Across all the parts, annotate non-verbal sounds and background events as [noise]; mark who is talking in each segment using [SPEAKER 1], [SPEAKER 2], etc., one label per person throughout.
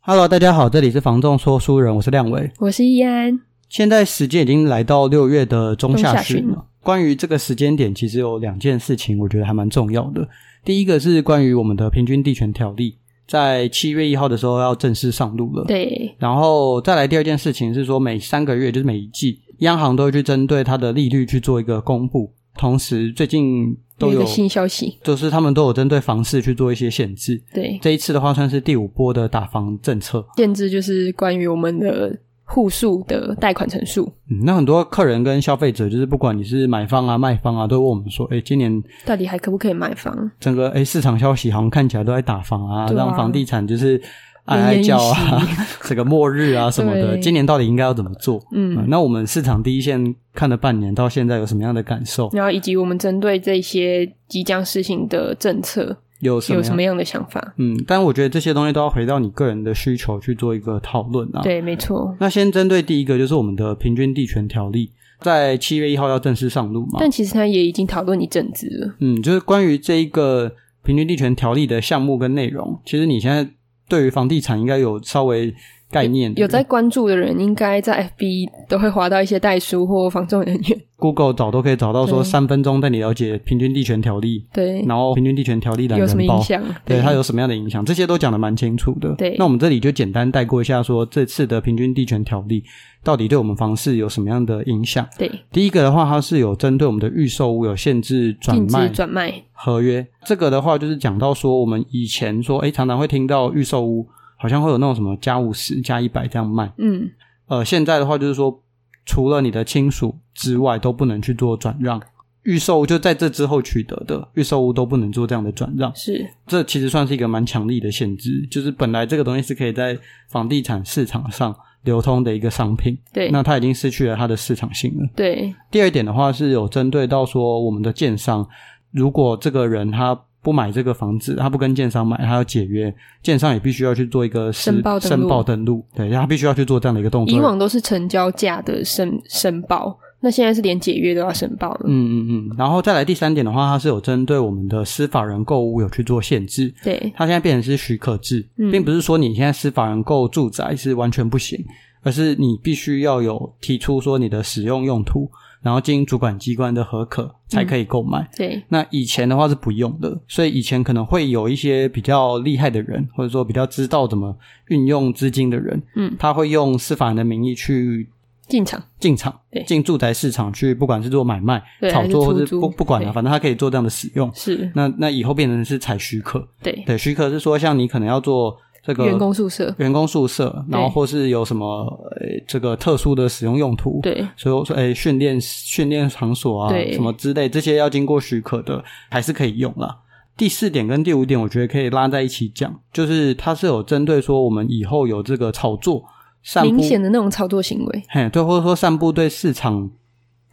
[SPEAKER 1] Hello，大家好，这里是房仲说书人，我是亮维。
[SPEAKER 2] 我是易安，
[SPEAKER 1] 现在时间已经来到六月的中下旬
[SPEAKER 2] 中下
[SPEAKER 1] 了。关于这个时间点，其实有两件事情，我觉得还蛮重要的。第一个是关于我们的平均地权条例，在七月一号的时候要正式上路了。
[SPEAKER 2] 对，
[SPEAKER 1] 然后再来第二件事情是说，每三个月就是每一季，央行都会去针对它的利率去做一个公布。同时，最近都
[SPEAKER 2] 有一
[SPEAKER 1] 有
[SPEAKER 2] 个新消息，
[SPEAKER 1] 就是他们都有针对房市去做一些限制。
[SPEAKER 2] 对，
[SPEAKER 1] 这一次的话，算是第五波的打房政策。
[SPEAKER 2] 限制就是关于我们的户数的贷款成数，
[SPEAKER 1] 嗯，那很多客人跟消费者，就是不管你是买方啊、卖方啊，都会问我们说：“哎，今年
[SPEAKER 2] 到底还可不可以买房？
[SPEAKER 1] 整个哎市场消息好像看起来都在打房啊，
[SPEAKER 2] 对啊
[SPEAKER 1] 让房地产就是哀
[SPEAKER 2] 奄
[SPEAKER 1] 哀
[SPEAKER 2] 奄一
[SPEAKER 1] 叫啊
[SPEAKER 2] 息，
[SPEAKER 1] [laughs] 这个末日啊什么的，
[SPEAKER 2] 对
[SPEAKER 1] 今年到底应该要怎么做？”
[SPEAKER 2] 嗯
[SPEAKER 1] 那我们市场第一线看了半年，到现在有什么样的感受？
[SPEAKER 2] 然后以及我们针对这些即将施行的政策
[SPEAKER 1] 有什么
[SPEAKER 2] 有
[SPEAKER 1] 样
[SPEAKER 2] 什么样的想法？
[SPEAKER 1] 嗯，但我觉得这些东西都要回到你个人的需求去做一个讨论啊。
[SPEAKER 2] 对，没错。
[SPEAKER 1] 那先针对第一个，就是我们的平均地权条例，在七月一号要正式上路嘛。
[SPEAKER 2] 但其实他也已经讨论一阵子了，
[SPEAKER 1] 嗯，就是关于这一个平均地权条例的项目跟内容，其实你现在对于房地产应该有稍微概念的
[SPEAKER 2] 有在关注的人，应该在 FB 都会划到一些代书或房仲人员。
[SPEAKER 1] Google 找都可以找到说
[SPEAKER 2] 对
[SPEAKER 1] 三分钟带你了解平均地权条例，
[SPEAKER 2] 对，
[SPEAKER 1] 然后平均地权条例的
[SPEAKER 2] 有什么
[SPEAKER 1] 人包
[SPEAKER 2] 影。响？
[SPEAKER 1] 对它有什么样的影响，这些都讲的蛮清楚的。
[SPEAKER 2] 对
[SPEAKER 1] 那我们这里就简单带过一下说这次的平均地权条例到底对我们房市有什么样的影响。
[SPEAKER 2] 对
[SPEAKER 1] 第一个的话，它是有针对我们的预售物有限制转
[SPEAKER 2] 禁止
[SPEAKER 1] 卖
[SPEAKER 2] 转卖，
[SPEAKER 1] 合约。这个的话，就是讲到说我们以前说，诶，常常会听到预售屋好像会有那种什么加五十、加一百这样卖。
[SPEAKER 2] 嗯，
[SPEAKER 1] 呃，现在的话就是说，除了你的亲属之外，都不能去做转让。预售屋就在这之后取得的预售屋都不能做这样的转让，
[SPEAKER 2] 是
[SPEAKER 1] 这其实算是一个蛮强力的限制。就是本来这个东西是可以在房地产市场上流通的一个商品，
[SPEAKER 2] 对
[SPEAKER 1] 那它已经失去了它的市场性了。
[SPEAKER 2] 对
[SPEAKER 1] 第二点的话是有针对到说我们的建商，如果这个人他不买这个房子，他不跟建商买，他要解约，建商也必须要去做一个实
[SPEAKER 2] 申报登录
[SPEAKER 1] 申报登录，对，他必须要去做这样的一个动作。
[SPEAKER 2] 以往都是成交价的申申报，那现在是连解约都要申报了。
[SPEAKER 1] 嗯嗯嗯，然后再来第三点的话，它是有针对我们的司法人购物有去做限制，
[SPEAKER 2] 对
[SPEAKER 1] 它现在变成是许可制，
[SPEAKER 2] 嗯
[SPEAKER 1] 并不是说你现在司法人购住宅是完全不行，而是你必须要有提出说你的使用用途，然后经主管机关的核可才
[SPEAKER 2] 嗯
[SPEAKER 1] 可以购买。
[SPEAKER 2] 对
[SPEAKER 1] 那以前的话是不用的，所以以前可能会有一些比较厉害的人，或者说比较知道怎么运用资金的人，
[SPEAKER 2] 嗯，
[SPEAKER 1] 他会用司法人的名义去
[SPEAKER 2] 进场
[SPEAKER 1] 进场
[SPEAKER 2] 对，
[SPEAKER 1] 进住宅市场去，不管是做买卖、
[SPEAKER 2] 对
[SPEAKER 1] 炒作，
[SPEAKER 2] 还是
[SPEAKER 1] 或
[SPEAKER 2] 出
[SPEAKER 1] 是
[SPEAKER 2] 租
[SPEAKER 1] 不不管了、
[SPEAKER 2] 对
[SPEAKER 1] 反正他可以做这样的使用。
[SPEAKER 2] 是
[SPEAKER 1] 那那以后变成是采许可，
[SPEAKER 2] 对
[SPEAKER 1] 对，许可是说像你可能要做这个
[SPEAKER 2] 员工宿舍，
[SPEAKER 1] 员工宿舍，然后
[SPEAKER 2] 对
[SPEAKER 1] 或是有什么呃这个特殊的使用用途，
[SPEAKER 2] 对
[SPEAKER 1] 所以我说，哎，训练训练场所啊，
[SPEAKER 2] 对
[SPEAKER 1] 什么之类，这些要经过许可的，还是可以用啦。第四点跟第五点，我觉得可以拉在一起讲，就是它是有针对说我们以后有这个炒作、散嗯
[SPEAKER 2] 明
[SPEAKER 1] 布，
[SPEAKER 2] 显的那种操作行为。
[SPEAKER 1] 嘿，对，或者说散布对市场，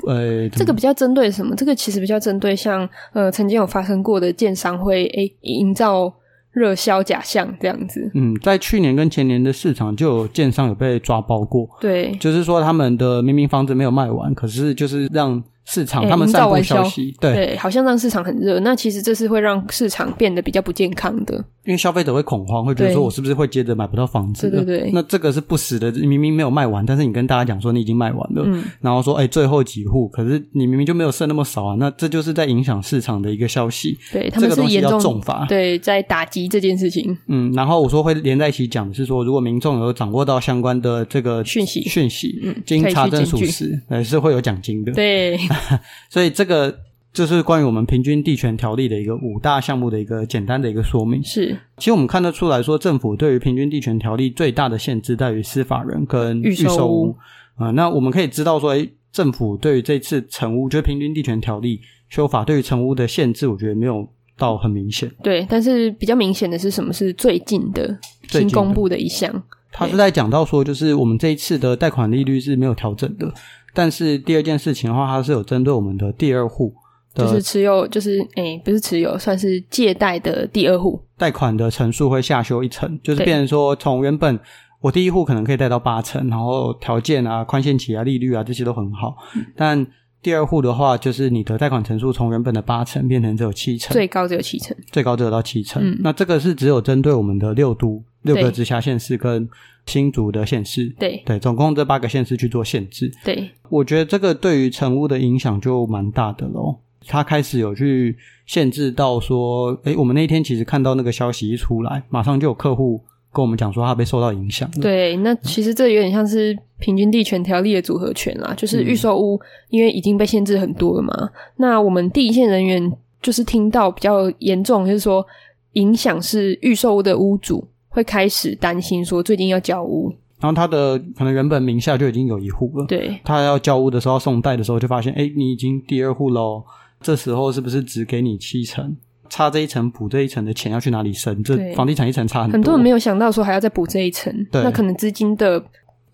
[SPEAKER 1] 呃，
[SPEAKER 2] 这
[SPEAKER 1] 怎么
[SPEAKER 2] 个比较针对什么？这个其实比较针对像呃，曾经有发生过的建商会诶营造热销假象这样子。
[SPEAKER 1] 嗯，在去年跟前年的市场就有建商有被抓包过，
[SPEAKER 2] 对
[SPEAKER 1] 就是说他们的明明房子没有卖完，可是就是让市场
[SPEAKER 2] 哎
[SPEAKER 1] 他们
[SPEAKER 2] 营造
[SPEAKER 1] 散布
[SPEAKER 2] 玩
[SPEAKER 1] 消
[SPEAKER 2] 笑
[SPEAKER 1] 息，对，
[SPEAKER 2] 对，好像让市场很热，那其实这是会让市场变得比较不健康的。
[SPEAKER 1] 因为消费者会恐慌，会觉得
[SPEAKER 2] 对
[SPEAKER 1] 说我是不是会接着买不到房子了？
[SPEAKER 2] 对对对
[SPEAKER 1] 那这个是不实的，明明没有卖完，但是你跟大家讲说你已经卖完了，
[SPEAKER 2] 嗯
[SPEAKER 1] 然后说哎最后几户，可是你明明就没有剩那么少啊，那这就是在影响市场的一个消息。
[SPEAKER 2] 对他们
[SPEAKER 1] 这个
[SPEAKER 2] 是
[SPEAKER 1] 东西
[SPEAKER 2] 严
[SPEAKER 1] 要
[SPEAKER 2] 重
[SPEAKER 1] 重罚
[SPEAKER 2] 对在打击这件事情。
[SPEAKER 1] 嗯，然后我说会连在一起讲的是说，如果民众有掌握到相关的这个
[SPEAKER 2] 讯息
[SPEAKER 1] 讯息，
[SPEAKER 2] 嗯
[SPEAKER 1] 经
[SPEAKER 2] 可以去
[SPEAKER 1] 查证
[SPEAKER 2] 检
[SPEAKER 1] 属
[SPEAKER 2] 举
[SPEAKER 1] 实，呃是会有奖金的。 [laughs]
[SPEAKER 2] 对
[SPEAKER 1] 所以这个就是关于我们平均地权条例的一个五大项目的一个简单的一个说明。
[SPEAKER 2] 是
[SPEAKER 1] 其实我们看得出来说，政府对于平均地权条例最大的限制在于司法人跟预
[SPEAKER 2] 预售屋
[SPEAKER 1] 售屋。啊、那我们可以知道说，诶，政府对于这次成屋，就是平均地权条例修法对于成屋的限制，我觉得没有到很明显。
[SPEAKER 2] 对，但是比较明显的是什么？是最近的
[SPEAKER 1] 最
[SPEAKER 2] 新
[SPEAKER 1] 近的
[SPEAKER 2] 公布的一项，
[SPEAKER 1] 他是在讲到说，就是我们这一次的贷款利率是没有调整的，但是第二件事情的话，它是有针对我们的第二户
[SPEAKER 2] 就
[SPEAKER 1] 的
[SPEAKER 2] 是持有，就是诶、不是持有，算是借贷的第二户。
[SPEAKER 1] 贷款的层数会下修一层，就是
[SPEAKER 2] 对
[SPEAKER 1] 变成说从原本。我第一户可能可以贷到八成，然后条件啊、宽限期啊、利率啊这些都很好。但第二户的话，就是你的贷款层数从原本的八成变成只有七成，
[SPEAKER 2] 最高只有七成，
[SPEAKER 1] 最高只有到七成。
[SPEAKER 2] 嗯
[SPEAKER 1] 那这个是只有针对我们的六都六个
[SPEAKER 2] 对
[SPEAKER 1] 直辖县市跟新竹的县市，
[SPEAKER 2] 对
[SPEAKER 1] 对，总共这八个县市去做限制。
[SPEAKER 2] 对
[SPEAKER 1] 我觉得这个对于成屋的影响就蛮大的咯。他开始有去限制到说，诶，我们那天其实看到那个消息一出来，马上就有客户跟我们讲说他被受到影响。，
[SPEAKER 2] 对。那其实这有点像是平均地权条例的组合拳啦，
[SPEAKER 1] 嗯
[SPEAKER 2] 就是预售屋因为已经被限制很多了嘛，那我们第一线人员就是听到比较严重，就是说影响是预售屋的屋主会开始担心说最近要交屋，
[SPEAKER 1] 然后他的可能原本名下就已经有一户了，
[SPEAKER 2] 对
[SPEAKER 1] 他要交屋的时候送贷的时候就发现，诶，你已经第二户喽，这时候是不是只给你七成？差这一层补这一层的钱要去哪里生？这
[SPEAKER 2] 对
[SPEAKER 1] 房地产一层差很多，
[SPEAKER 2] 很多人没有想到说还要再补这一层，
[SPEAKER 1] 对
[SPEAKER 2] 那可能资金的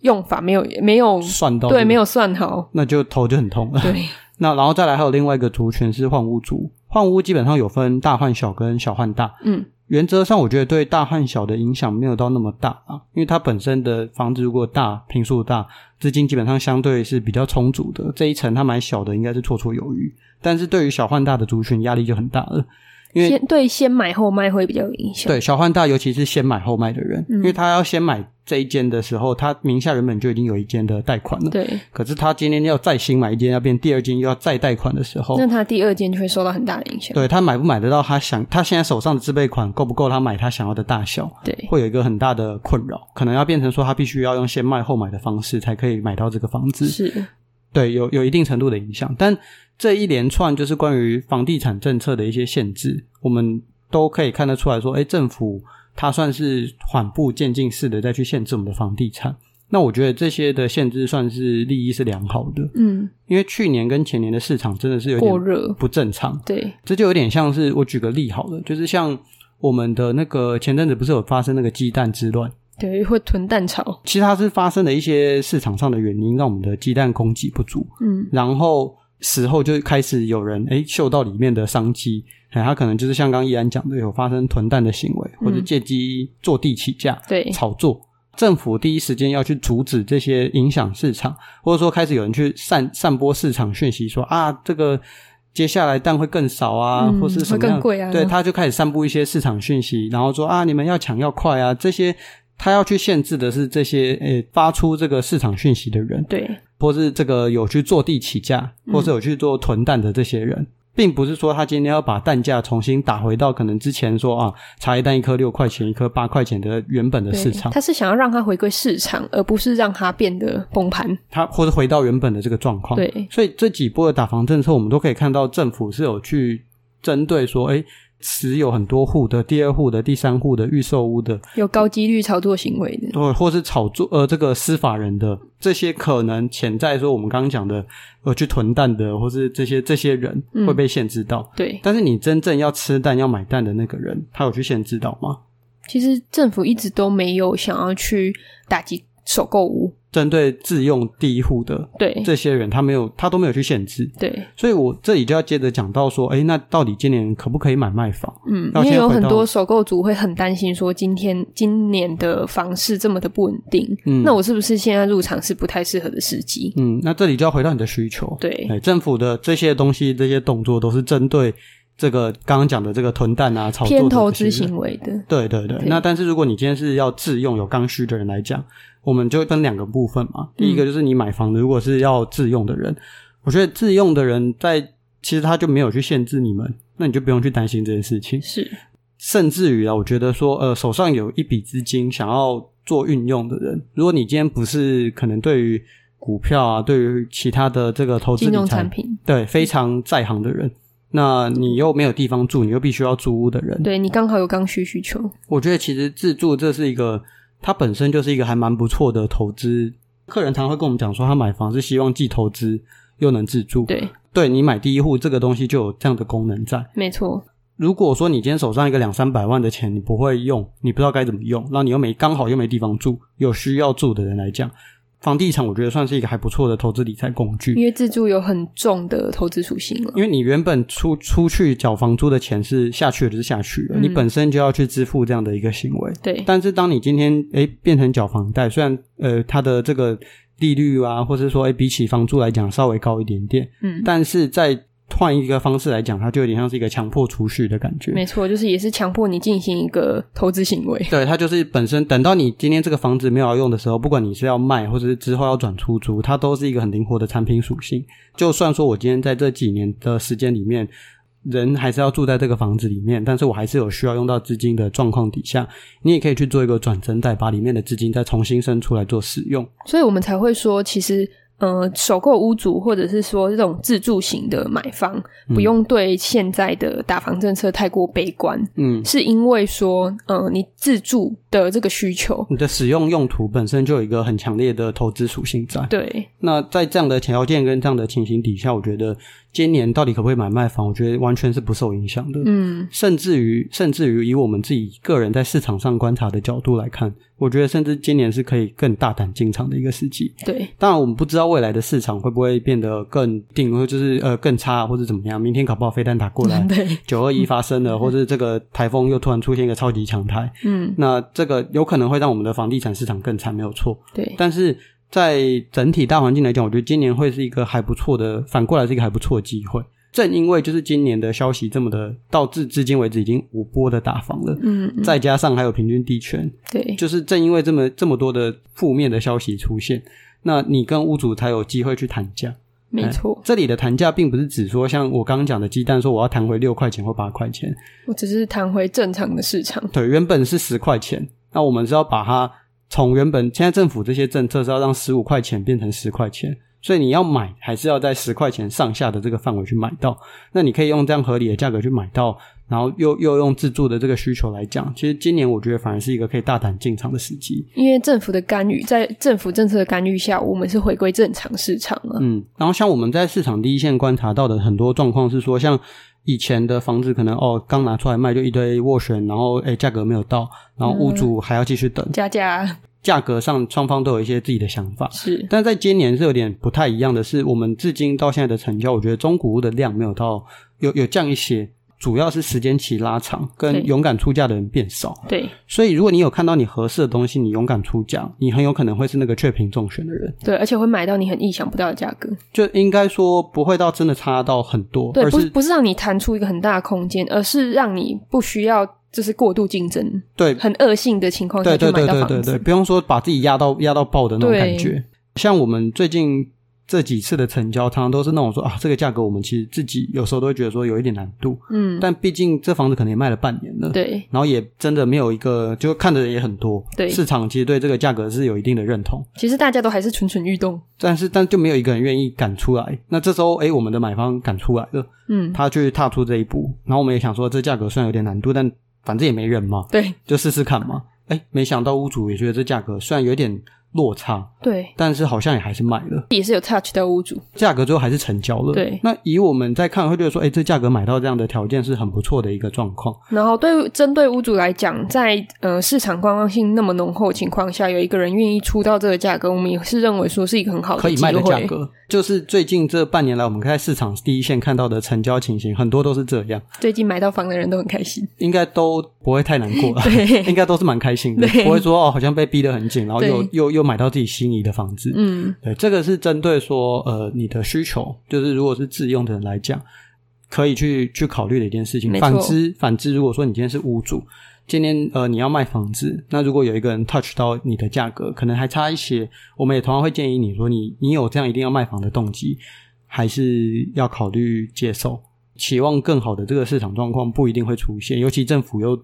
[SPEAKER 2] 用法没有没有
[SPEAKER 1] 算到
[SPEAKER 2] 对没
[SPEAKER 1] 有，
[SPEAKER 2] 有算
[SPEAKER 1] [laughs]
[SPEAKER 2] 好，
[SPEAKER 1] 那就头就很痛了。
[SPEAKER 2] 对
[SPEAKER 1] 那然后再来还有另外一个族群是换屋族，换屋基本上有分大换小跟小换大。
[SPEAKER 2] 嗯，
[SPEAKER 1] 原则上我觉得对大换小的影响没有到那么大啊，因为它本身的房子如果大，平数大，资金基本上相对是比较充足的，这一层它买小的应该是绰绰有余。但是对于小换大的族群压力就很大了，因为
[SPEAKER 2] 先对先买后卖会比较有影响，
[SPEAKER 1] 对小换大尤其是先买后卖的
[SPEAKER 2] 嗯
[SPEAKER 1] 人，因为他要先买这一间的时候，他名下原本就已经有一间的贷款了。
[SPEAKER 2] 对，
[SPEAKER 1] 可是他今天要再新买一间，要变第二间，又要再贷款的时候，
[SPEAKER 2] 那他第二间就会受到很大的影响，
[SPEAKER 1] 对他买不买得到他想他现在手上的自备款够不够他买他想要的大小，
[SPEAKER 2] 对
[SPEAKER 1] 会有一个很大的困扰，可能要变成说他必须要用先卖后买的方式才可以买到这个房子，
[SPEAKER 2] 是，
[SPEAKER 1] 对，有有一定程度的影响。但这一连串就是关于房地产政策的一些限制，我们都可以看得出来说，哎，政府它算是缓步渐进式的再去限制我们的房地产。那我觉得这些的限制算是利益是良好的，
[SPEAKER 2] 嗯，
[SPEAKER 1] 因为去年跟前年的市场真的是有
[SPEAKER 2] 过
[SPEAKER 1] 点
[SPEAKER 2] 热，
[SPEAKER 1] 不正常。
[SPEAKER 2] 对
[SPEAKER 1] 这就有点像是我举个例好了，就是像我们的那个前阵子不是有发生那个鸡蛋之乱，
[SPEAKER 2] 对，会囤蛋炒，
[SPEAKER 1] 其实它是发生了一些市场上的原因，让我们的鸡蛋供给不足，
[SPEAKER 2] 嗯，
[SPEAKER 1] 然后时候就开始有人哎嗅到里面的商机，哎，他可能就是像刚依然讲的，有发生囤蛋的行为，或者借机坐地起价、
[SPEAKER 2] 对
[SPEAKER 1] 炒作。政府第一时间要去阻止这些影响市场，或者说开始有人去散散播市场讯息说啊，这个接下来蛋会更少啊，
[SPEAKER 2] 嗯
[SPEAKER 1] 或是什么
[SPEAKER 2] 会更
[SPEAKER 1] 样
[SPEAKER 2] 贵啊
[SPEAKER 1] 对，他就开始散布一些市场讯息，然后说啊，你们要抢要快啊，这些他要去限制的是这些诶发出这个市场讯息的人，
[SPEAKER 2] 对
[SPEAKER 1] 或是这个有去坐地起价，
[SPEAKER 2] 嗯
[SPEAKER 1] 或是有去做囤蛋的这些人。并不是说他今天要把蛋价重新打回到可能之前说啊，茶叶蛋一颗六块钱，一颗八块钱的原本的市
[SPEAKER 2] 对，
[SPEAKER 1] 场，
[SPEAKER 2] 他是想要让它回归市场，而不是让它变得崩盘，
[SPEAKER 1] 它或者回到原本的这个状况。
[SPEAKER 2] 对
[SPEAKER 1] 所以这几波的打房政策，我们都可以看到政府是有去针对说，哎，持有很多户的、第二户的、第三户的预售屋的，
[SPEAKER 2] 有高几率炒作行为的，
[SPEAKER 1] 对，或是炒作呃这个司法人的这些可能潜在说我们刚刚讲的呃去囤蛋的，或是这些这些人
[SPEAKER 2] 嗯
[SPEAKER 1] 会被限制到。
[SPEAKER 2] 对，
[SPEAKER 1] 但是你真正要吃蛋、要买蛋的那个人，他有去限制到吗？
[SPEAKER 2] 其实政府一直都没有想要去打击首购屋，
[SPEAKER 1] 针对自用第一户的
[SPEAKER 2] 对
[SPEAKER 1] 这些人，他没有，他都没有去限制。
[SPEAKER 2] 对，
[SPEAKER 1] 所以我这里就要接着讲到说，哎，那到底今年可不可以买卖房？
[SPEAKER 2] 嗯，
[SPEAKER 1] 要
[SPEAKER 2] 因为
[SPEAKER 1] 先
[SPEAKER 2] 有
[SPEAKER 1] 回
[SPEAKER 2] 很
[SPEAKER 1] 到
[SPEAKER 2] 多首购族会很担心说，今天今年的房市这么的不稳定，
[SPEAKER 1] 嗯
[SPEAKER 2] 那我是不是现在入场是不太适合的时机？
[SPEAKER 1] 嗯，那这里就要回到你的需求。
[SPEAKER 2] 对
[SPEAKER 1] 哎，政府的这些东西、这些动作都是针对这个刚刚讲的这个囤蛋啊、炒作的
[SPEAKER 2] 偏投
[SPEAKER 1] 这些
[SPEAKER 2] 资
[SPEAKER 1] 人
[SPEAKER 2] 行为的，
[SPEAKER 1] 对对对，
[SPEAKER 2] 对
[SPEAKER 1] 那但是如果你今天是要自用有刚需的人来讲，我们就分两个部分
[SPEAKER 2] 嗯
[SPEAKER 1] 嘛。第一个就是你买房的，如果是要自用的人，我觉得自用的人在其实他就没有去限制你们，那你就不用去担心这件事情。
[SPEAKER 2] 是
[SPEAKER 1] 甚至于啊，我觉得说，呃，手上有一笔资金想要做运用的人，如果你今天不是可能对于股票啊，对于其他的这个投资
[SPEAKER 2] 金融
[SPEAKER 1] 理
[SPEAKER 2] 产
[SPEAKER 1] 财，
[SPEAKER 2] 品。
[SPEAKER 1] 对非常在行的人，那你又没有地方住，你又必须要租屋的人，
[SPEAKER 2] 对你刚好有刚需需求，
[SPEAKER 1] 我觉得其实自住这是一个，它本身就是一个还蛮不错的投资。客人常会跟我们讲说，他买房是希望既投资又能自住。
[SPEAKER 2] 对，
[SPEAKER 1] 对你买第一户这个东西就有这样的功能在。
[SPEAKER 2] 没错，
[SPEAKER 1] 如果说你今天手上一个两三百万的钱，你不会用，你不知道该怎么用，那你又没刚好又没地方住，有需要住的人来讲，房地产我觉得算是一个还不错的投资理财工具。
[SPEAKER 2] 因为自住有很重的投资属性了。
[SPEAKER 1] 因为你原本出出去缴房租的钱是下去了，就是下去了，
[SPEAKER 2] 嗯
[SPEAKER 1] 你本身就要去支付这样的一个行为。
[SPEAKER 2] 对，
[SPEAKER 1] 但是当你今天诶变成缴房贷，虽然呃它的这个利率啊，或是说诶比起房租来讲稍微高一点点，
[SPEAKER 2] 嗯，
[SPEAKER 1] 但是再换一个方式来讲，它就有点像是一个强迫储蓄的感觉。
[SPEAKER 2] 没错，就是也是强迫你进行一个投资行为。
[SPEAKER 1] 对，它就是本身等到你今天这个房子没有要用的时候，不管你是要卖或者是之后要转出租，它都是一个很灵活的产品属性。就算说我今天在这几年的时间里面，人还是要住在这个房子里面，但是我还是有需要用到资金的状况底下，你也可以去做一个转增贷，把里面的资金再重新生出来做使用。
[SPEAKER 2] 所以我们才会说，其实呃，首购屋主或者是说这种自住型的买房，
[SPEAKER 1] 嗯
[SPEAKER 2] 不用对现在的打房政策太过悲观，
[SPEAKER 1] 嗯，
[SPEAKER 2] 是因为说呃，你自住的这个需求，
[SPEAKER 1] 你的使用用途本身就有一个很强烈的投资属性在。
[SPEAKER 2] 对，
[SPEAKER 1] 那在这样的条件跟这样的情形底下，我觉得今年到底可不可以买卖房，我觉得完全是不受影响的。
[SPEAKER 2] 嗯，
[SPEAKER 1] 甚至于，甚至于以我们自己个人在市场上观察的角度来看，我觉得甚至今年是可以更大胆进场的一个时机。
[SPEAKER 2] 对，，
[SPEAKER 1] 当然，我们不知道未来的市场会不会变得更定，或就是呃更差，或者怎么样。明天搞不好飞弹打过来
[SPEAKER 2] 对，
[SPEAKER 1] 九二一发生了，或者这个台风又突然出现一个超级强台，
[SPEAKER 2] 嗯，
[SPEAKER 1] 那这个有可能会让我们的房地产市场更惨，没有错。
[SPEAKER 2] 对，
[SPEAKER 1] 但是在整体大环境来讲，我觉得今年会是一个还不错的，反过来是一个还不错的机会。正因为就是今年的消息这么的，到至至今为止已经五波的打房了，
[SPEAKER 2] 嗯，嗯
[SPEAKER 1] 再加上还有平均地权，
[SPEAKER 2] 对，
[SPEAKER 1] 就是正因为这么这么多的负面的消息出现，那你跟屋主才有机会去谈价。哎
[SPEAKER 2] 没错，
[SPEAKER 1] 这里的谈价并不是指说像我刚刚讲的鸡蛋，说我要谈回六块钱或八块钱，
[SPEAKER 2] 我只是谈回正常的市场，
[SPEAKER 1] 对，原本是十块钱，那我们是要把它从原本现在政府这些政策是要让十五块钱变成十块钱，所以你要买还是要在十块钱上下的这个范围去买到。那你可以用这样合理的价格去买到，然后又又用自住的这个需求来讲，其实今年我觉得反而是一个可以大胆进场的时机。
[SPEAKER 2] 因为政府的干预，在政府政策的干预下，我们是回归正常市场了。
[SPEAKER 1] 嗯，然后像我们在市场第一线观察到的很多状况是说，像以前的房子可能哦刚拿出来卖就一堆斡旋，然后诶价格没有到，然后屋主还要继续等，
[SPEAKER 2] 加价
[SPEAKER 1] 价格上双方都有一些自己的想法。
[SPEAKER 2] 是
[SPEAKER 1] 但在今年是有点不太一样的是，我们至今到现在的成交，我觉得中古屋的量没有到有有降一些，主要是时间期拉长，
[SPEAKER 2] 对
[SPEAKER 1] 跟勇敢出价的人变少。
[SPEAKER 2] 对
[SPEAKER 1] 所以如果你有看到你合适的东西，你勇敢出价，你很有可能会是那个确评中选的人。
[SPEAKER 2] 对，而且会买到你很意想不到的价格。
[SPEAKER 1] 就应该说不会到真的差到很多，
[SPEAKER 2] 对，
[SPEAKER 1] 而
[SPEAKER 2] 不
[SPEAKER 1] 是
[SPEAKER 2] 不是让你弹出一个很大的空间，而是让你不需要就是过度竞争、
[SPEAKER 1] 对
[SPEAKER 2] 很恶性的情况下
[SPEAKER 1] 对
[SPEAKER 2] 去买
[SPEAKER 1] 对对
[SPEAKER 2] 到
[SPEAKER 1] 对
[SPEAKER 2] 房
[SPEAKER 1] 对
[SPEAKER 2] 子
[SPEAKER 1] 对，。不用说把自己压到压到爆的那种
[SPEAKER 2] 对
[SPEAKER 1] 感觉。像我们最近这几次的成交，常常都是那种说啊，这个价格我们其实自己有时候都会觉得说有一点难度，
[SPEAKER 2] 嗯，
[SPEAKER 1] 但毕竟这房子可能也卖了半年了，
[SPEAKER 2] 对
[SPEAKER 1] 然后也真的没有一个，就看的人也很多，
[SPEAKER 2] 对
[SPEAKER 1] 市场其实对这个价格是有一定的认同，
[SPEAKER 2] 其实大家都还是蠢蠢欲动。
[SPEAKER 1] 但是但就没有一个人愿意赶出来。那这时候，诶，我们的买方赶出来了，
[SPEAKER 2] 嗯，
[SPEAKER 1] 他去踏出这一步，然后我们也想说，这价格虽然有点难度，但反正也没人嘛，
[SPEAKER 2] 对
[SPEAKER 1] 就试试看嘛。诶，没想到屋主也觉得这价格虽然有点落差，
[SPEAKER 2] 对，
[SPEAKER 1] 但是好像也还是买了，
[SPEAKER 2] 也是有 touch 到屋主。
[SPEAKER 1] 价格最后还是成交了。
[SPEAKER 2] 对
[SPEAKER 1] 那以我们在看会觉得说，诶，这价格买到这样的条件是很不错的一个状况。
[SPEAKER 2] 然后对针对屋主来讲，在呃市场观望性那么浓厚的情况下，有一个人愿意出到这个价格，我们也是认为说是一个很好
[SPEAKER 1] 可
[SPEAKER 2] 的
[SPEAKER 1] 以
[SPEAKER 2] 机
[SPEAKER 1] 卖的价
[SPEAKER 2] 会。
[SPEAKER 1] 格，就是最近这半年来，我们在市场第一线看到的成交情形，很多都是这样，
[SPEAKER 2] 最近买到房的人都很开心。
[SPEAKER 1] 应该都不会太难过了，
[SPEAKER 2] 对
[SPEAKER 1] 应该都是蛮开心的
[SPEAKER 2] 对，
[SPEAKER 1] 不会说哦，好像被逼得很紧，然后又
[SPEAKER 2] 对
[SPEAKER 1] 又又买到自己心仪的房子。
[SPEAKER 2] 嗯，
[SPEAKER 1] 对，这个是针对说呃你的需求，就是如果是自用的人来讲，可以去去考虑的一件事情
[SPEAKER 2] 没。错
[SPEAKER 1] 反之，反之，如果说你今天是屋主，今天呃你要卖房子，那如果有一个人 touch 到你的价格，可能还差一些，我们也同样会建议你说你你有这样一定要卖房的动机，还是要考虑接受。期望更好的这个市场状况不一定会出现，尤其政府又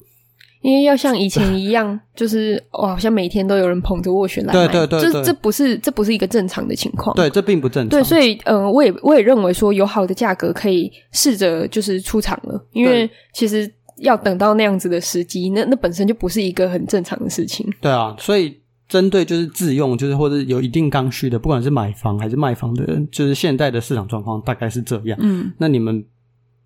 [SPEAKER 2] 因为要像以前一样，就是哇，好像每天都有人捧着斡旋来
[SPEAKER 1] 对
[SPEAKER 2] 买
[SPEAKER 1] 对对
[SPEAKER 2] 这
[SPEAKER 1] 对
[SPEAKER 2] 这不是这不是一个正常的情况。
[SPEAKER 1] 对这并不正常。
[SPEAKER 2] 对，所以嗯、呃我也我也认为说有好的价格可以试着就是出场了，因为其实要等到那样子的时机，那那本身就不是一个很正常的事情。
[SPEAKER 1] 对啊，所以针对就是自用，就是或者有一定刚需的，不管是买房还是卖房的人，就是现在的市场状况大概是这样。
[SPEAKER 2] 嗯，
[SPEAKER 1] 那你们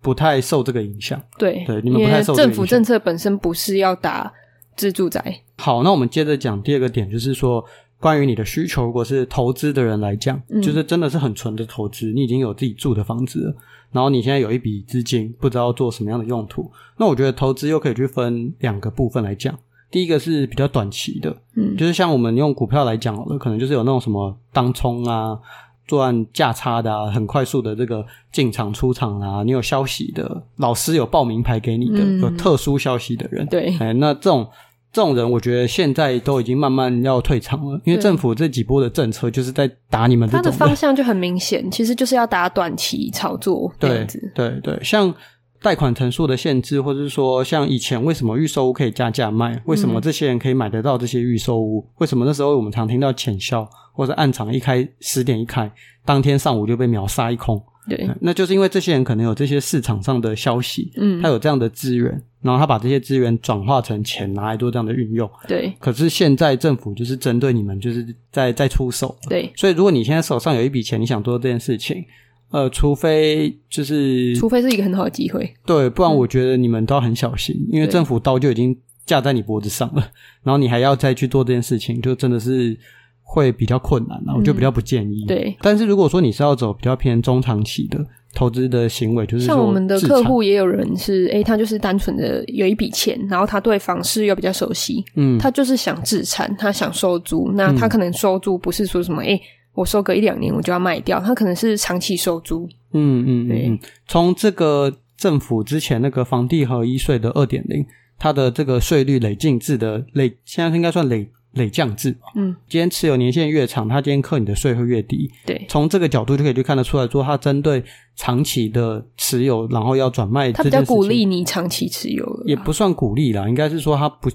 [SPEAKER 1] 不太受这个影响。
[SPEAKER 2] 对
[SPEAKER 1] 对你们
[SPEAKER 2] 因
[SPEAKER 1] 不太
[SPEAKER 2] 为
[SPEAKER 1] 受这个
[SPEAKER 2] 政
[SPEAKER 1] 影
[SPEAKER 2] 府
[SPEAKER 1] 响
[SPEAKER 2] 政策本身不是要打自住宅，
[SPEAKER 1] 好，那我们接着讲第二个点，就是说关于你的需求，如果是投资的人来讲，
[SPEAKER 2] 嗯
[SPEAKER 1] 就是真的是很纯的投资，你已经有自己住的房子了，然后你现在有一笔资金，不知道做什么样的用途。那我觉得投资又可以去分两个部分来讲，第一个是比较短期的，
[SPEAKER 2] 嗯
[SPEAKER 1] 就是像我们用股票来讲好了，可能就是有那种什么当冲啊。赚价差的啊，很快速的这个进场出场啊，你有消息的，老师有报名牌给你的，
[SPEAKER 2] 嗯
[SPEAKER 1] 有特殊消息的人，
[SPEAKER 2] 对
[SPEAKER 1] 哎，那这种这种人，我觉得现在都已经慢慢要退场了，因为
[SPEAKER 2] 对
[SPEAKER 1] 政府这几波的政策就是在打你们这
[SPEAKER 2] 它的
[SPEAKER 1] 种
[SPEAKER 2] 方
[SPEAKER 1] 人。
[SPEAKER 2] 向就很明显，其实就是要打短期炒作这
[SPEAKER 1] 对
[SPEAKER 2] 样子。
[SPEAKER 1] 对对，像贷款层数的限制，或者是说像以前为什么预售屋可以加价卖，为什
[SPEAKER 2] 嗯
[SPEAKER 1] 么这些人可以买得到这些预售屋？为什么那时候我们常听到浅销或者暗场一开十点一开，当天上午就被秒杀一空？
[SPEAKER 2] 对
[SPEAKER 1] 嗯那就是因为这些人可能有这些市场上的消息，
[SPEAKER 2] 嗯
[SPEAKER 1] 他有这样的资源，然后他把这些资源转化成钱拿来做这样的运用。
[SPEAKER 2] 对
[SPEAKER 1] 可是现在政府就是针对你们，就是在在出手。
[SPEAKER 2] 对，
[SPEAKER 1] 所以如果你现在手上有一笔钱，你想做这件事情，呃，除非就是
[SPEAKER 2] 除非是一个很好的机会。
[SPEAKER 1] 对，不然我觉得你们都要很小心，因
[SPEAKER 2] 嗯
[SPEAKER 1] 为
[SPEAKER 2] 对
[SPEAKER 1] 政府刀就已经架在你脖子上了， [laughs] 然后你还要再去做这件事情，就真的是会比较困难啊，我就比较不建议。
[SPEAKER 2] 嗯对，
[SPEAKER 1] 但是如果说你是要走比较偏中长期的投资的行为，就是
[SPEAKER 2] 像
[SPEAKER 1] 说
[SPEAKER 2] 我们的
[SPEAKER 1] 自
[SPEAKER 2] 客
[SPEAKER 1] 产，
[SPEAKER 2] 户也有人是，诶，他就是单纯的有一笔钱，然后他对房市又比较熟悉，
[SPEAKER 1] 嗯，
[SPEAKER 2] 他就是想自产，他想收租。那他可能收租不是说什么，诶，我收个一两年我就要卖掉，他可能是长期收租。
[SPEAKER 1] 嗯嗯嗯
[SPEAKER 2] 对
[SPEAKER 1] 嗯，从这个政府之前那个房地合一税的二点零，它的这个税率累进制的累，现在应该算累累降制吧。
[SPEAKER 2] 嗯，
[SPEAKER 1] 今天持有年限越长，它今天扣你的税会越低。
[SPEAKER 2] 对，
[SPEAKER 1] 从这个角度就可以去看得出来，说它针对长期的持有，然后要转卖
[SPEAKER 2] 他
[SPEAKER 1] 这
[SPEAKER 2] 比
[SPEAKER 1] 件
[SPEAKER 2] 较
[SPEAKER 1] 事情，
[SPEAKER 2] 鼓励你长期持有了
[SPEAKER 1] 也不算鼓励啦，应该是说它不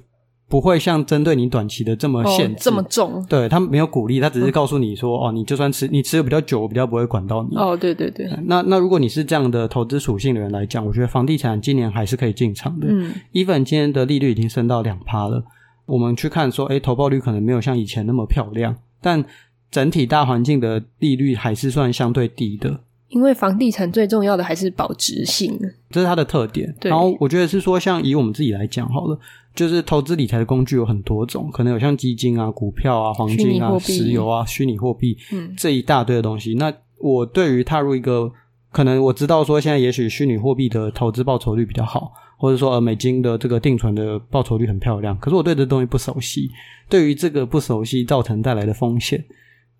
[SPEAKER 1] 不会像针对你短期的这么
[SPEAKER 2] 哦
[SPEAKER 1] 限制、
[SPEAKER 2] 这么重。
[SPEAKER 1] 对，它没有鼓励，它只是告诉你说，哦，你就算持你持有比较久，我比较不会管到你。
[SPEAKER 2] 哦，对对对，
[SPEAKER 1] 那那如果你是这样的投资属性的人来讲，我觉得房地产今年还是可以进场的。
[SPEAKER 2] 嗯，
[SPEAKER 1] even 今天的利率已经升到两趴了，我们去看说，诶，投报率可能没有像以前那么漂亮，但整体大环境的利率还是算相对低的，
[SPEAKER 2] 因为房地产最重要的还是保值性。
[SPEAKER 1] 这是它的特点。
[SPEAKER 2] 对
[SPEAKER 1] 然后我觉得是说，像以我们自己来讲好了，就是投资理财的工具有很多种，可能有像基金啊、股票啊、黄
[SPEAKER 2] 虚
[SPEAKER 1] 金
[SPEAKER 2] 拟
[SPEAKER 1] 啊、
[SPEAKER 2] 货币
[SPEAKER 1] 石油啊、虚拟货币，
[SPEAKER 2] 嗯
[SPEAKER 1] 这一大堆的东西。那我对于踏入一个可能我知道说现在也许虚拟货币的投资报酬率比较好，或者说呃美金的这个定存的报酬率很漂亮，可是我对这东西不熟悉，对于这个不熟悉造成带来的风险，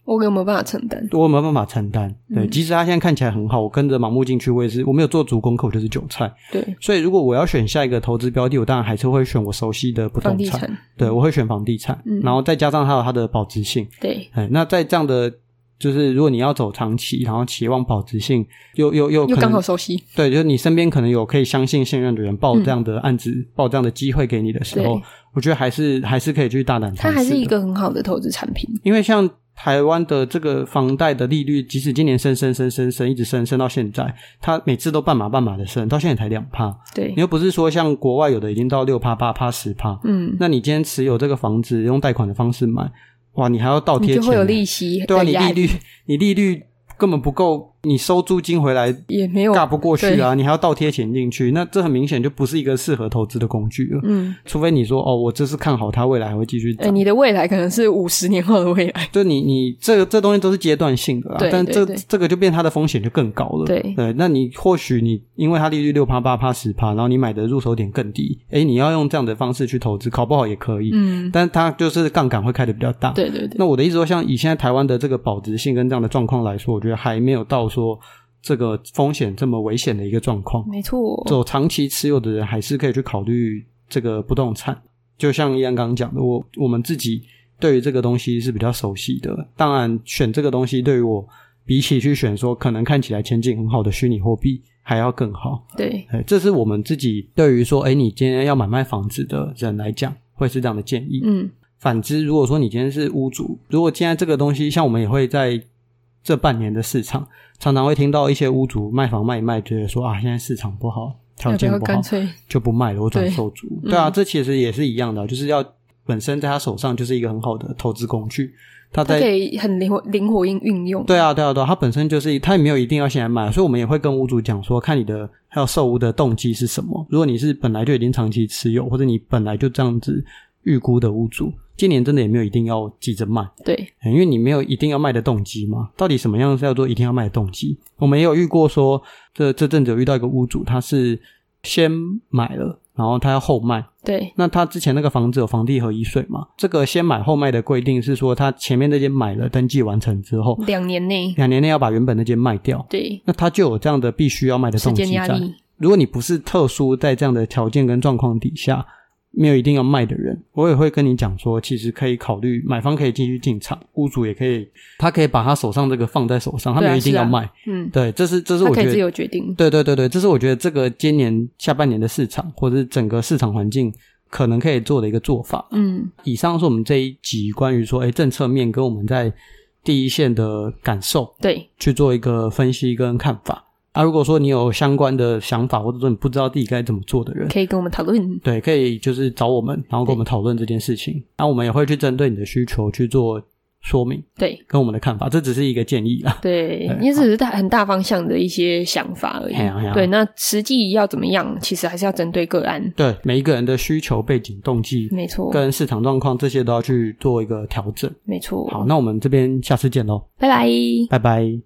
[SPEAKER 2] 我有没有办法承担？
[SPEAKER 1] 我有没有办法承担？对，
[SPEAKER 2] 嗯
[SPEAKER 1] 即使它现在看起来很好，我跟着盲目进去，我也是我没有做足功课，我就是韭菜。
[SPEAKER 2] 对，
[SPEAKER 1] 所以如果我要选下一个投资标的，我当然还是会选我熟悉的不
[SPEAKER 2] 房地
[SPEAKER 1] 动产，
[SPEAKER 2] 产，
[SPEAKER 1] 对我会选房地产，
[SPEAKER 2] 嗯
[SPEAKER 1] 然后再加上它有它的保值性。
[SPEAKER 2] 对，
[SPEAKER 1] 哎，那在这样的，就是如果你要走长期，然后期望保值性，又又又
[SPEAKER 2] 又
[SPEAKER 1] 可
[SPEAKER 2] 刚好
[SPEAKER 1] 能
[SPEAKER 2] 熟悉。
[SPEAKER 1] 对，就是你身边可能有可以相信信任的人报这样的案子、报这样的机会给你的时候
[SPEAKER 2] 嗯对，
[SPEAKER 1] 我觉得还是还是可以去大胆尝
[SPEAKER 2] 它
[SPEAKER 1] 试。
[SPEAKER 2] 还是一，个很好的投资产品。
[SPEAKER 1] 因为像台湾的这个房贷的利率，即使今年升升升升升，一直升升到现在，它每次都半码半码的升，到现在才两趴。
[SPEAKER 2] 对
[SPEAKER 1] 你，又不是说像国外有的已经到六趴八趴十趴，
[SPEAKER 2] 嗯，
[SPEAKER 1] 那你今天持有这个房子用贷款的方式买，哇，你还要倒
[SPEAKER 2] 你
[SPEAKER 1] 贴
[SPEAKER 2] 就
[SPEAKER 1] 钱
[SPEAKER 2] 会有
[SPEAKER 1] 呢
[SPEAKER 2] 利息
[SPEAKER 1] 对啊，
[SPEAKER 2] 的
[SPEAKER 1] 你
[SPEAKER 2] 压
[SPEAKER 1] 利
[SPEAKER 2] 力，
[SPEAKER 1] 率你利率根本不够，你收租金回来
[SPEAKER 2] 也没有
[SPEAKER 1] 尬不过去啊，你还要倒贴钱进去，那这很明显就不是一个适合投资的工具了。
[SPEAKER 2] 嗯，
[SPEAKER 1] 除非你说哦，我这是看好它未来还会继续
[SPEAKER 2] 哎，
[SPEAKER 1] 涨，
[SPEAKER 2] 你的未来可能是五十年后的未来。
[SPEAKER 1] 就你你这个这东西都是阶段性的
[SPEAKER 2] 哎
[SPEAKER 1] 啦，啊
[SPEAKER 2] 对
[SPEAKER 1] 但
[SPEAKER 2] 对
[SPEAKER 1] 这
[SPEAKER 2] 对
[SPEAKER 1] 这个就变它的风险就更高了。
[SPEAKER 2] 对
[SPEAKER 1] 那你或许你因为它利率六趴八趴十趴，然后你买的入手点更低，诶，你要用这样的方式去投资，考不好也可以，
[SPEAKER 2] 嗯，
[SPEAKER 1] 但它就是杠杆会开的比较大。
[SPEAKER 2] 对对对，
[SPEAKER 1] 那我的意思说，像以现在台湾的这个保值性跟这样的状况来说，我觉得还没有到说这个风险这么危险的一个状况。
[SPEAKER 2] 没错。
[SPEAKER 1] 走长期持有的人，还是可以去考虑这个不动产。就像一安刚刚讲的，我我们自己对于这个东西是比较熟悉的。当然，选这个东西对于我，比起去选说可能看起来前景很好的虚拟货币，还要更好。
[SPEAKER 2] 对，
[SPEAKER 1] 哎，这是我们自己对于说，哎，你今天要买卖房子的人来讲，会是这样的建议。
[SPEAKER 2] 嗯，
[SPEAKER 1] 反之，如果说你今天是屋主，如果现在这个东西，像我们也会在这半年的市场，常常会听到一些屋主卖房卖一卖，觉得说啊，现在市场不好，条
[SPEAKER 2] 要不
[SPEAKER 1] 件
[SPEAKER 2] 要
[SPEAKER 1] 不好
[SPEAKER 2] 干，脆？
[SPEAKER 1] 就不卖了，我转
[SPEAKER 2] 对嗯
[SPEAKER 1] 售主。对啊，这其实也是一样的，就是要本身在他手上就是一个很好的投资工具，他
[SPEAKER 2] 它
[SPEAKER 1] 在
[SPEAKER 2] 可以很灵活灵活应运用。
[SPEAKER 1] 对啊，对啊，对啊，它本身就是它也没有一定要现在买，所以我们也会跟屋主讲说，看你的还有售屋的动机是什么。如果你是本来就已经长期持有，或者你本来就这样子预估的屋主，今年真的也没有一定要急着卖，
[SPEAKER 2] 对
[SPEAKER 1] 嗯因为你没有一定要卖的动机嘛。到底什么样叫做一定要卖的动机？我们也有遇过说，这这阵子有遇到一个屋主，他是先买了，然后他要后卖，
[SPEAKER 2] 对
[SPEAKER 1] 那他之前那个房子有房地合一税嘛？这个先买后卖的规定是说，他前面那间买了，登记完成之后，
[SPEAKER 2] 两年内
[SPEAKER 1] 两年内要把原本那间卖掉，
[SPEAKER 2] 对
[SPEAKER 1] 那他就有这样的必须要卖的
[SPEAKER 2] 时
[SPEAKER 1] 动
[SPEAKER 2] 间
[SPEAKER 1] 机
[SPEAKER 2] 压
[SPEAKER 1] 在。
[SPEAKER 2] 力，
[SPEAKER 1] 如果你不是特殊在这样的条件跟状况底下，没有一定要卖的人，我也会跟你讲说，其实可以考虑买方可以继续进场，屋主也可以，他可以把他手上这个放在手上，他
[SPEAKER 2] 对啊
[SPEAKER 1] 没有一定
[SPEAKER 2] 是啊
[SPEAKER 1] 要卖。
[SPEAKER 2] 嗯，
[SPEAKER 1] 对，这是这是
[SPEAKER 2] 他
[SPEAKER 1] 我
[SPEAKER 2] 可
[SPEAKER 1] 觉
[SPEAKER 2] 以自
[SPEAKER 1] 得。
[SPEAKER 2] 由决定。
[SPEAKER 1] 对对对对，这是我觉得这个今年下半年的市场，或者是整个市场环境，可能可以做的一个做法。
[SPEAKER 2] 嗯，
[SPEAKER 1] 以上是我们这一集关于说，哎，政策面跟我们在第一线的感受。
[SPEAKER 2] 对
[SPEAKER 1] 去做一个分析跟看法。啊，如果说你有相关的想法，或者说你不知道自己该怎么做的人，
[SPEAKER 2] 可以跟我们讨论。
[SPEAKER 1] 对，可以就是找我们，然后跟我们讨论这件事情。那、我们也会去针对你的需求去做说明
[SPEAKER 2] 对
[SPEAKER 1] 跟我们的看法，这只是一个建议啦。
[SPEAKER 2] 对
[SPEAKER 1] 对，
[SPEAKER 2] 因为这只是大很大方向的一些想法而已
[SPEAKER 1] 嘿哎呀嘿呀。
[SPEAKER 2] 对，那实际要怎么样，其实还是要针对个案。
[SPEAKER 1] 对，每一个人的需求、背景、动机
[SPEAKER 2] 没错，
[SPEAKER 1] 跟市场状况，这些都要去做一个调整。
[SPEAKER 2] 没错。
[SPEAKER 1] 好，那我们这边下次见喽，
[SPEAKER 2] 拜拜。
[SPEAKER 1] 拜拜。